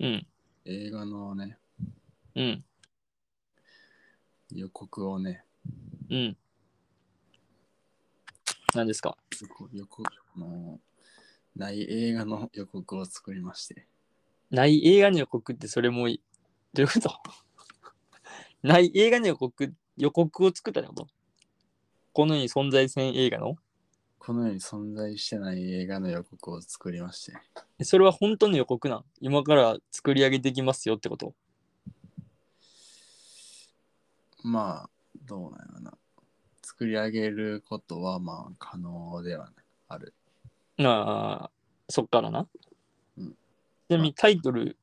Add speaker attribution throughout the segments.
Speaker 1: うん。
Speaker 2: 映画のね、
Speaker 1: うん。
Speaker 2: 予告をね、
Speaker 1: うん。何ですか
Speaker 2: 予告、予告の、ない映画の予告を作りまして。
Speaker 1: ない映画の予告ってそれもいどういうこと ない映画の予告予告を作ったってことこの世に存在せん映画の
Speaker 2: この世に存在してない映画の予告を作りまして。
Speaker 1: えそれは本当の予告なん今から作り上げていきますよってこと
Speaker 2: まあ、どうなんやろな。作り上げることは、まあ、可能ではある。
Speaker 1: ああそっからな、
Speaker 2: うん
Speaker 1: ちなみにタイトル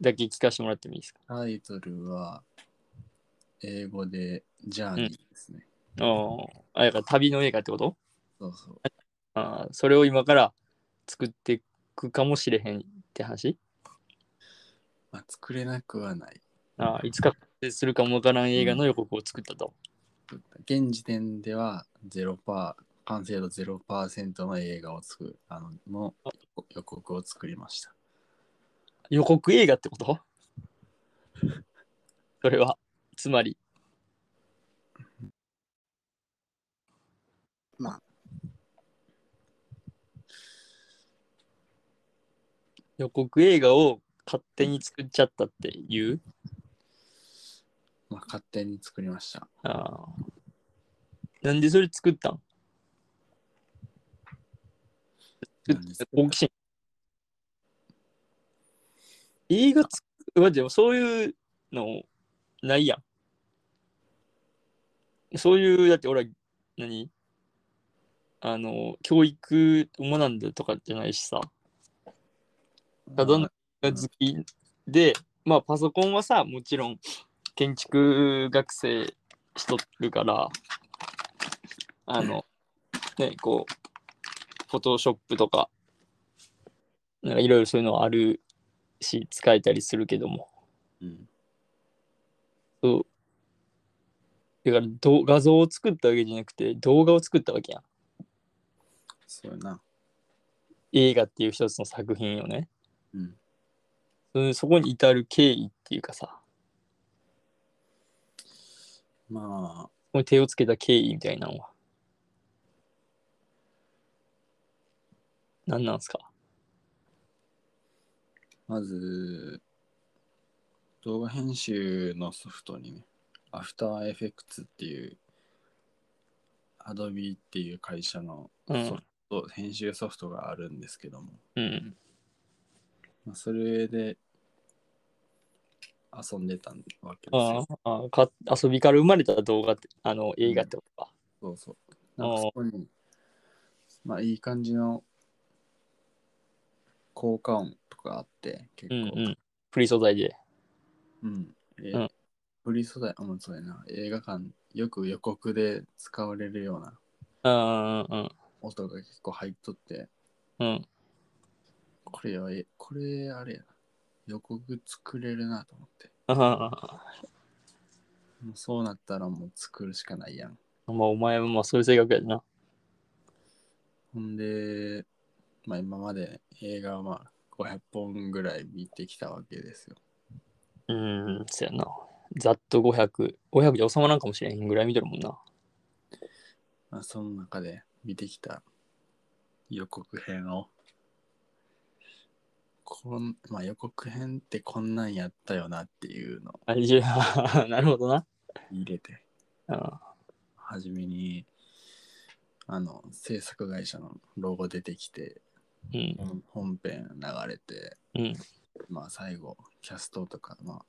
Speaker 1: だけ聞かせてもらってもいいですか
Speaker 2: タイトルは、英語で、ジャーニーですね。
Speaker 1: あーあだから旅の映画ってこと
Speaker 2: そうそう。
Speaker 1: ああそれを今から作っていくかもしれへんって話
Speaker 2: まあ、作れなくはない。
Speaker 1: ああいつか完成するかもわからん映画の予告を作ったと、
Speaker 2: 現時点では0%、完成度0%の映画を作る、あの、の予告を作りました。
Speaker 1: 予告映画ってこと それはつまり
Speaker 2: まあ
Speaker 1: 予告映画を勝手に作っちゃったっていう
Speaker 2: まあ、勝手に作りました。
Speaker 1: あーなんでそれ作ったん
Speaker 2: なんです
Speaker 1: 好奇心映画作るわでもそういうのないやんそういうだって俺は何あの教育を学んだとかじゃないしさただの映画好きで、まあパソコンはさもちろん建築学生しとるからあのねこうフォトショップとかなんかいろいろそういうのあるし使えたりするけども
Speaker 2: うん。
Speaker 1: だからど画像を作ったわけじゃなくて動画を作ったわけやん
Speaker 2: そうやな。
Speaker 1: 映画っていう一つの作品をね
Speaker 2: うん。
Speaker 1: うんそこに至る経緯っていうかさ
Speaker 2: まあ、
Speaker 1: ここに手をつけた経緯みたいなのは。何なんすか
Speaker 2: まず、動画編集のソフトにね、After Effects っていう、Adobe っていう会社の
Speaker 1: う
Speaker 2: ソフ
Speaker 1: ん。
Speaker 2: ト、編集ソフトがあるんですけども、
Speaker 1: うん。
Speaker 2: まあ、それで遊んでたわけです
Speaker 1: あ
Speaker 2: よ。
Speaker 1: ーあーか、遊びから生まれた動画って、あの、映画ってことか。
Speaker 2: そうそう。なんかそこに、まあいい感じの効果音とかあって、結
Speaker 1: う
Speaker 2: 構。
Speaker 1: んうん。フリー素材で。
Speaker 2: うん。え
Speaker 1: うん
Speaker 2: フリー素材、あ、もうそうやな。映画館、よく予告で使われるような
Speaker 1: うんうん
Speaker 2: 音が結構入っとって、
Speaker 1: うん。うん。
Speaker 2: これはえ、これあれやな。予告作れるなと思って。
Speaker 1: あは
Speaker 2: もうそうなったらもう作るしかないやん。
Speaker 1: はまあ、お前はまあ、そういう性格やでな。
Speaker 2: ほんで、まあ今まで映画はまあ500本ぐらい見てきたわけですよ。
Speaker 1: うん、そうやな。ざっと500。500じゃ収まらんかもしれへんぐらい見とるもんな。
Speaker 2: まあその中で見てきた予告編を、こんまあ、予告編ってこんなんやったよなっていうのを
Speaker 1: あ、じゃあ なるほどな。
Speaker 2: 入れて、
Speaker 1: うん。
Speaker 2: 初めに、あの、制作会社のロゴ出てきて、
Speaker 1: うん。
Speaker 2: 本編流れて、
Speaker 1: うん。
Speaker 2: まあ最後、キャストとか、まあ、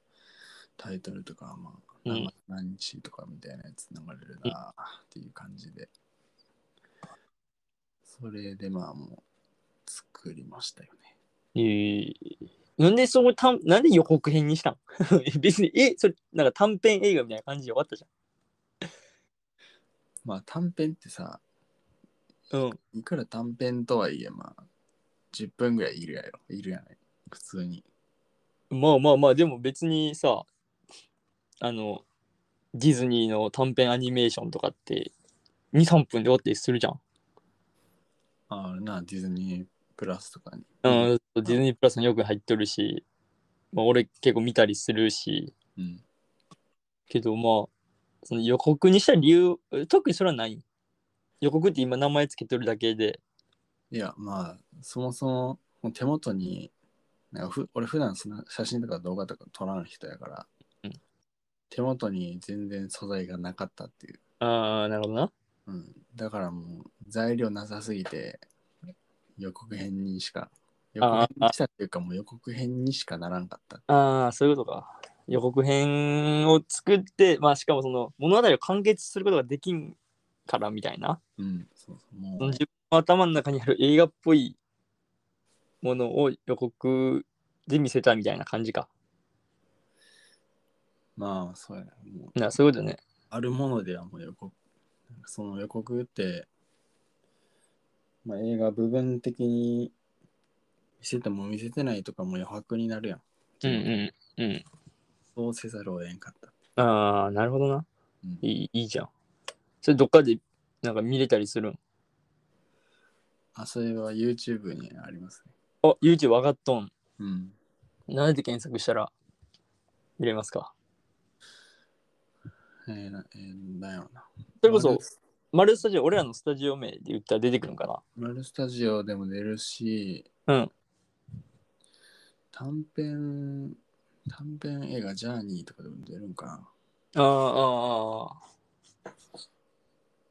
Speaker 2: タイトルとか、まあ、
Speaker 1: うん
Speaker 2: 何何日とかみたいなやつ流れるなあっていう感じで、それでまあもう作りましたよね。
Speaker 1: えーなんでそこたん、なんで予告編にしたん 別に、え、それ、なんか短編映画みたいな感じでよかったじ
Speaker 2: まあ短編ってさ、
Speaker 1: ゃん。うん。
Speaker 2: いくら短編とはいえまあ10分ぐらいいるやろ、いるやない。普通に。
Speaker 1: まあまあまあ、でも別にさ、あの、ディズニーの短編アニメーションとかって、2、3分で終わったりするじゃん。
Speaker 2: ああるな、ディズニープラスとかに。
Speaker 1: うん、ディズニープラスのよく入っとるし、まあ、俺結構見たりするし、
Speaker 2: うん。
Speaker 1: けどまあ、その予告にした理由、え特にそれはない。予告って今名前つけてるだけで、
Speaker 2: いや、まあ、そもそももう手元に、なんかふ俺普段そんな写真とか動画とか撮らん人やから、
Speaker 1: うん
Speaker 2: 手元に全然素材がなかったっていう。
Speaker 1: ああ、なるほどな。
Speaker 2: うん、だからもう材料なさすぎて予告編にしか予告編にしたっていうかもう予告編にしかならんかった。
Speaker 1: ああ、そういうことか。予告編を作って、まあしかもその物語を完結することができんからみたいな。
Speaker 2: うん、そうそう。も
Speaker 1: その
Speaker 2: う
Speaker 1: 自分の頭の中にある映画っぽいものを予告で見せたみたいな感じか。
Speaker 2: まあそうやな。もう
Speaker 1: なそういうことね。
Speaker 2: あるものではもう予告。なんかその予告って、まあ、映画部分的に見せても見せてないとかも余白になるやん。
Speaker 1: うんうんうん。
Speaker 2: そうせざるを得んかった。
Speaker 1: ああ、なるほどな。
Speaker 2: うん
Speaker 1: いいいいじゃん。それどっかでなんか見れたりするん
Speaker 2: あ、それは YouTube にありますね。
Speaker 1: あ、YouTube 上がっとん。
Speaker 2: うん。
Speaker 1: 何で検索したら見れますか
Speaker 2: えーなえーなんやろな。
Speaker 1: それこそ、丸スタジオ、俺らのスタジオ名で言ったら出てくるんかな
Speaker 2: マルスタジオでも出るし、
Speaker 1: うん
Speaker 2: 短編、短編映画ジャーニーとかでも出るんかな。
Speaker 1: あーあー、あーあー。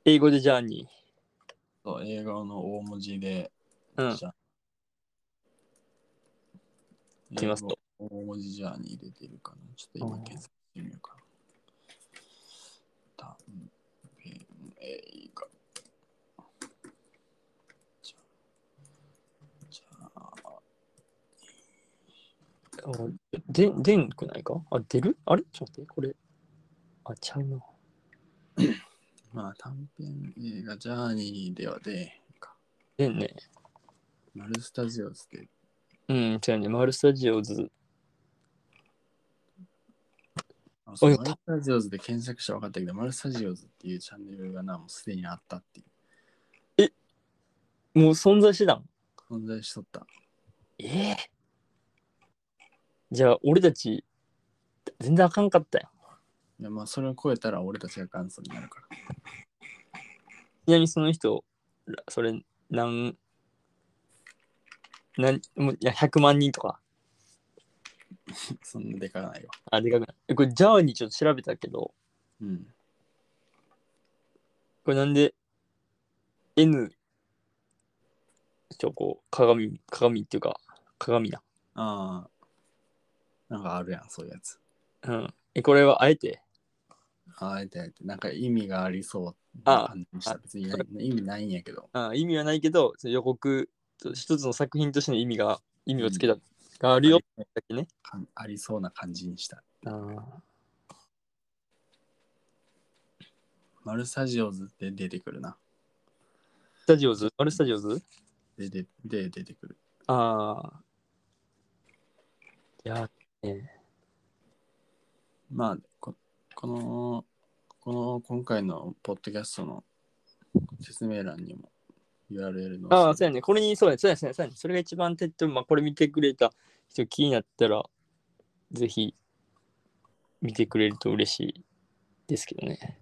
Speaker 1: 英語でジャーニ
Speaker 2: そう、映画の大文字で、
Speaker 1: ー。うん。
Speaker 2: ジャー
Speaker 1: いきますと
Speaker 2: 英語大文字ジャーニーで出るかな。ちょっと今検索してみようかな。短編映画。じゃじゃあ、
Speaker 1: あで、でんくないかあ、出るあれちょっと待って、これ。あ、ちゃうな。
Speaker 2: まあ短編映画ジャーニーでは出えへんか。
Speaker 1: でんね。
Speaker 2: マルスタジオズで
Speaker 1: うん、違うね。丸スタジオズ。
Speaker 2: あそう
Speaker 1: おい
Speaker 2: マルスタジオズで検索したら分かったけど、マルスタジオズっていうチャンネルがな、もうすでにあったっていう。
Speaker 1: もう存在してたん
Speaker 2: 存在しとった。
Speaker 1: ええじゃあ、俺たち、全然あかんかったよ。
Speaker 2: いやまあ、それを超えたら俺たちが元祖になるから。
Speaker 1: ちなみにその人、らそれ、なん、なん、もういや100万人とか、
Speaker 2: そんなでかないわ。
Speaker 1: あ、でかくない。えこれ、ジャーにちょっと調べたけど、
Speaker 2: うん。
Speaker 1: これなんで、N、ちょ、こう、鏡、鏡っていうか、鏡な。
Speaker 2: ああ。なんかあるやん、そういうやつ。
Speaker 1: うん。え、これはあえて、
Speaker 2: ああえてあえて、なんか意味がありそうな
Speaker 1: あ
Speaker 2: 感じにした。別にな
Speaker 1: そ
Speaker 2: 意味ないんやけど。
Speaker 1: あ意味はないけど、その予告、と一つの作品としての意味が、意味をつけた、があるよっ
Speaker 2: あり
Speaker 1: てだけね。
Speaker 2: かんありそうな感じにした。
Speaker 1: ああ
Speaker 2: マルスタジオズで出てくるな。
Speaker 1: スタジオズ、マルスタジオズ
Speaker 2: で、で、で出てくる。
Speaker 1: ああ。いや、ね、
Speaker 2: まあ、ここの、この今回のポッドキャストの説明欄にも URL の。
Speaker 1: ああ、そうやね。これに、そうやね。そうやね。そうやねそうやね。それが一番手っ取り、まあ、これ見てくれた人気になったら、ぜひ、見てくれると嬉しいですけどね。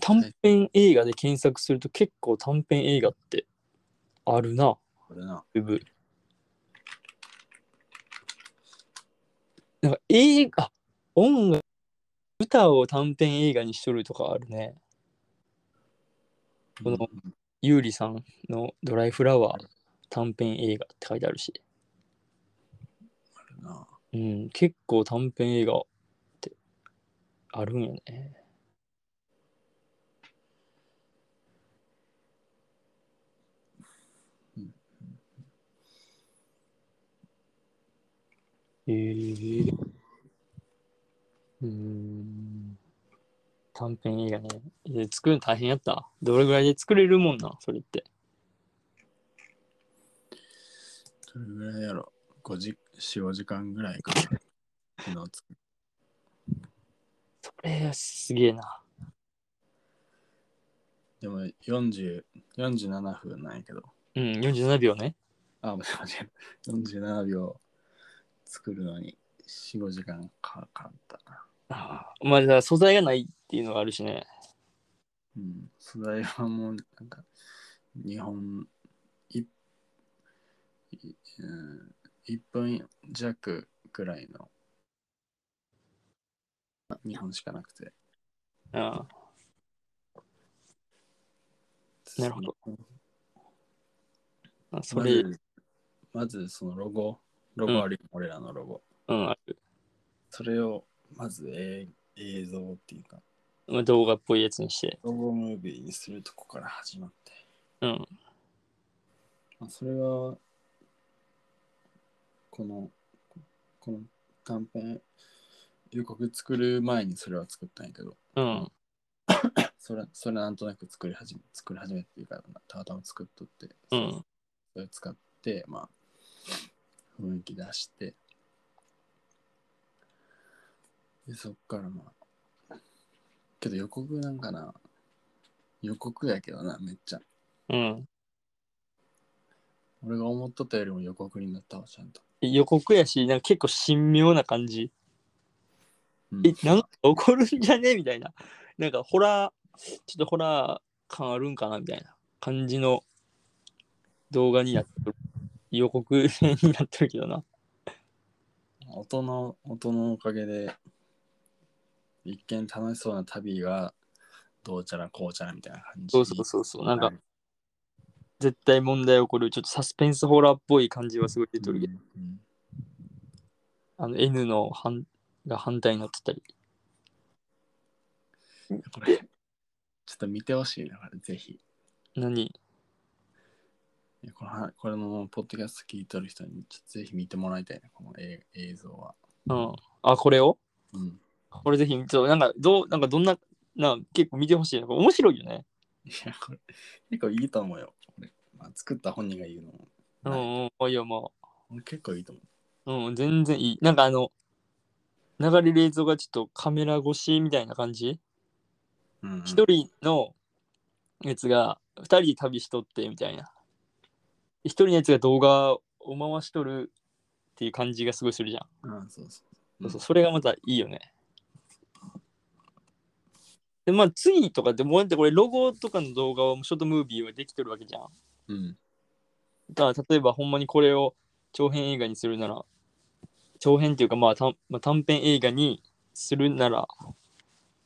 Speaker 1: 短編映画で検索すると結構短編映画ってあるな、
Speaker 2: これな。
Speaker 1: ウェブ。なんか映画、あ音楽、歌を短編映画にしとるとかあるね。この
Speaker 2: うん
Speaker 1: ゆうりさんの「ドライフラワー」短編映画って書いてあるし、
Speaker 2: あるな
Speaker 1: うん、結構短編映画ってあるんよね。
Speaker 2: うん
Speaker 1: えー、うん短編映画ね。え作るの大変やった。どれぐらいで作れるもんなんそれって。
Speaker 2: どれぐらいやろ5時 ?4、5時間ぐらいかな。昨日作っ
Speaker 1: それはすげえな。
Speaker 2: でも40 47分なんやけど、
Speaker 1: うん、47秒ね。
Speaker 2: あ、間違えた。47秒作るのに4、5時間かかったな。
Speaker 1: あーまあ、だから素材がないっていうのがあるしね。
Speaker 2: うん。素材はもう、なんか、日本、いいうん、1分弱ぐらいの、日本しかなくて。
Speaker 1: あなるほど。ーあそ
Speaker 2: ま
Speaker 1: れ、
Speaker 2: ず、まずそのロゴ、ロゴあるよ、俺らのロゴ。
Speaker 1: うん、ある
Speaker 2: それを、まず、え映像っていうか、
Speaker 1: まあ動画っぽいやつにして。
Speaker 2: ロゴムービーにするとこから始まって。
Speaker 1: うん。
Speaker 2: まあ、それは、この、この短編予告作る前にそれは作ったんやけど、
Speaker 1: うん。
Speaker 2: それそれなんとなく作り始め、作り始めっていうか、たまたま作っとって、
Speaker 1: うん。
Speaker 2: それを使って、まあ、雰囲気出して、で、そっからまあ、けど予告なんかな、予告やけどな、めっちゃ。
Speaker 1: うん。
Speaker 2: 俺が思っとったよりも予告になったわ、ちゃんと。
Speaker 1: 予告やし、なんか結構神妙な感じ。
Speaker 2: うん
Speaker 1: え、なんか怒るんじゃねみたいな。なんかホラー、ちょっとホラー感あるんかなみたいな感じの動画になってる。予告になってるけどな。
Speaker 2: 音の音のおかげで一見楽しそうな旅がどうちゃらこうちゃらみたいな感じ
Speaker 1: そうそうそうそう。なんか絶対問題起こる、ちょっとサスペンスホラーっぽい感じはすごい出てるけど、
Speaker 2: うん
Speaker 1: あの N の反が反対になってたり。
Speaker 2: うんこれちょっと見てほしいなこれぜひ
Speaker 1: 何
Speaker 2: いやこのはこれのポッドキャスト聞いとる人にちょっとぜひ見てもらいたいなこの映映像は
Speaker 1: うん。あ、これを
Speaker 2: うん
Speaker 1: これぜひ、ちょっとなんか、どう、なんかどんな、なんか結構見てほしいな。これ面白いよね。
Speaker 2: いやこれ結構いいと思うよこれ、まあ、作った本人が言うのも
Speaker 1: う
Speaker 2: はい
Speaker 1: ん、うん、いや、まあ。
Speaker 2: 俺結構いいと思う
Speaker 1: うん、全然いい。なんかあの、流れる映像がちょっとカメラ越しみたいな感じ。
Speaker 2: うんうん、
Speaker 1: 一、人のやつが二人で旅しとってみたいな。一人のやつが動画を回しとるっていう感じがすごいするじゃん。
Speaker 2: うん、そうそう
Speaker 1: そうそうそれがまたいいよね。で、まあ次とかでもうだってこれロゴとかの動画はショートムービーはできてるわけじゃん。
Speaker 2: うん
Speaker 1: だから例えばほんまにこれを長編映画にするなら長編っていうかまあ短,、まあ、短編映画にするなら、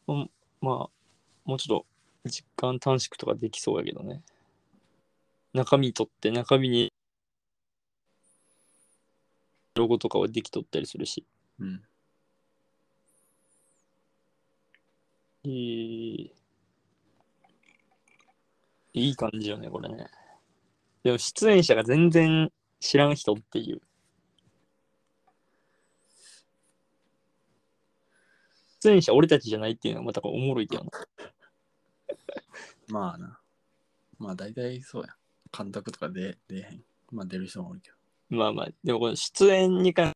Speaker 1: うんまあもうちょっと時間短縮とかできそうやけどね中身取って中身にロゴとかはできとったりするし
Speaker 2: うん
Speaker 1: えーいい感じよねこれねでも出演者が全然知らん人っていう出演者俺たちじゃないっていうのはまたこうおもろいけどな
Speaker 2: まあな。まあ大体そうや。監督とかで出えへん。まあ出る人もおるけど。
Speaker 1: まあまあでもこの出演に関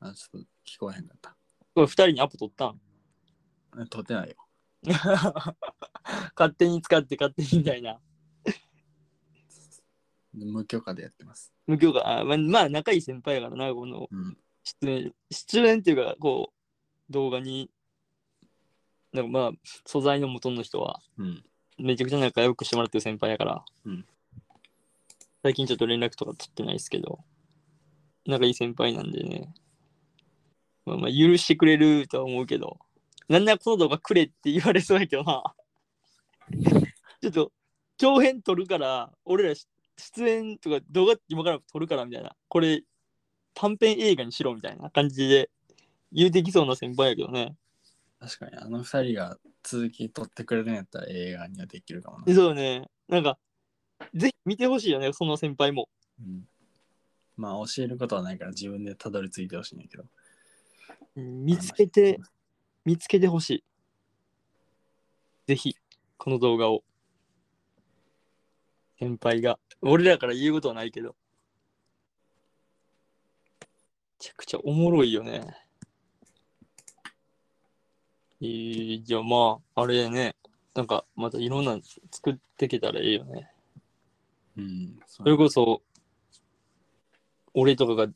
Speaker 2: あ、ちょっと聞こえへんかった。
Speaker 1: これ2人にアポ取ったん
Speaker 2: え撮ってないよ。
Speaker 1: 勝手に使って勝手にみたいな
Speaker 2: 無許可でやってます。
Speaker 1: 無許可あまあまあ仲いい先輩やからなこの
Speaker 2: うん。
Speaker 1: 出演出演っていうかこう動画になんかまあ素材の元の人は
Speaker 2: うん。
Speaker 1: めちゃくちゃ仲良くしてもらってる先輩やから、
Speaker 2: うん
Speaker 1: 最近ちょっと連絡とか取ってないですけど仲いい先輩なんでねまあまあ許してくれるとは思うけどなんならこの動画くれって言われそうやけどな ちょっと長編撮るから俺らし出演とか動画今から撮るからみたいなこれ短編映画にしろみたいな感じで言うてきそうな先輩やけどね。
Speaker 2: 確かに、あの二人が続き撮ってくれるんやったら映画にはできるかもな。
Speaker 1: そうね。なんか、ぜひ見てほしいよね、その先輩も。
Speaker 2: うん。まあ教えることはないから自分でたどり着いてほしいんやけど。
Speaker 1: うん見つけて、見つけてほしい。ぜひ、この動画を。先輩が。俺らから言うことはないけど。めちゃくちゃおもろいよね。えー、じゃあまあ、あれやね。なんかまたいろんなの作ってけたらええよね。
Speaker 2: うん。そ
Speaker 1: それこそ、俺とかが、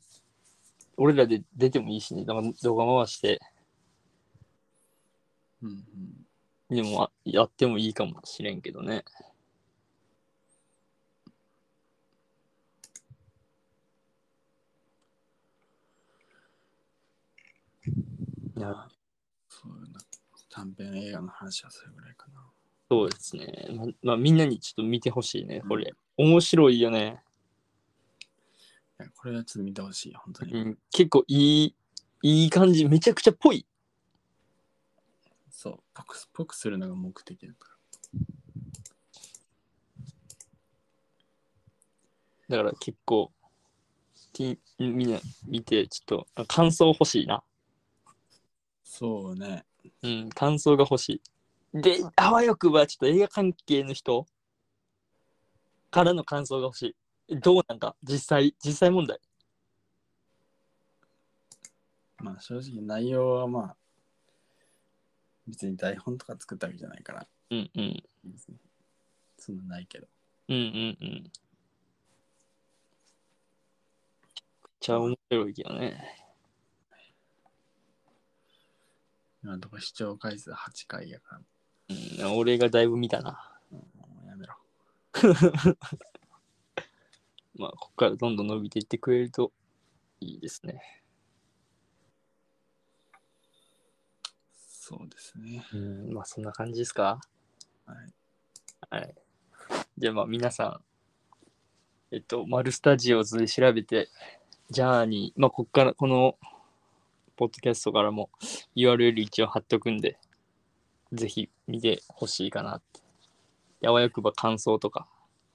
Speaker 1: 俺らで出てもいいしね、なんか動画回して、
Speaker 2: うんうん。
Speaker 1: でもあやってもいいかもしれんけどね。いや、
Speaker 2: そうやな。短編映画の話はそれぐらいかな。
Speaker 1: そうですね。ま、まあ、みんなにちょっと見てほしいね、これ。面白いよね。
Speaker 2: いや、これはちょっと見てほしい、本当に。
Speaker 1: うん、結構いい、いい感じ、めちゃくちゃぽい。
Speaker 2: そう。ぽく、ぽくするのが目的だから。
Speaker 1: だから結構、ティーンみんな見て、ちょっとあ感想欲しいな。
Speaker 2: そうね。
Speaker 1: うん、感想が欲しい。で、あわよくばちょっと映画関係の人からの感想が欲しい。どうなんか、実際、実際問題。
Speaker 2: まあ正直内容はまあ、別に台本とか作ったわけじゃないから、
Speaker 1: うんうん。
Speaker 2: 別にそんなないけど。
Speaker 1: うんうんうん。めっちゃ面白いけどね。
Speaker 2: 今のところ視聴回数8回やから、
Speaker 1: うん、俺がだいぶ見たな。
Speaker 2: もうやめろ。
Speaker 1: まあ、ここからどんどん伸びていってくれるといいですね。
Speaker 2: そうですね。
Speaker 1: うん、まあ、そんな感じですか。
Speaker 2: はい。
Speaker 1: はい。じゃあまあ皆さん、えっと、マルスタジオズで調べて、ジャーニー、まあこっから、この、ポッドキャストからも URL 一応貼っとくんで、ぜひ見てほしいかなって。やわやくば感想とか。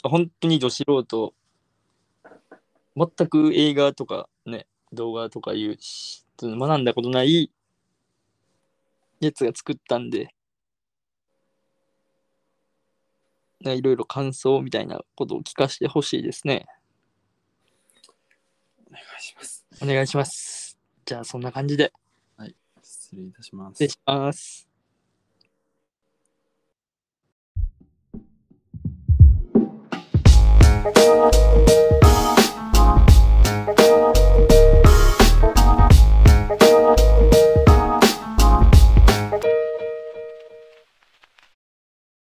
Speaker 1: 本当にど素人、全く映画とかね、動画とかいうし、学んだことないやつが作ったんで、ねいろいろ感想みたいなことを聞かせてほしいですね。
Speaker 2: お願いします。
Speaker 1: お願いします。じゃあそんな感じで
Speaker 2: 失礼いたします
Speaker 1: 失礼。します。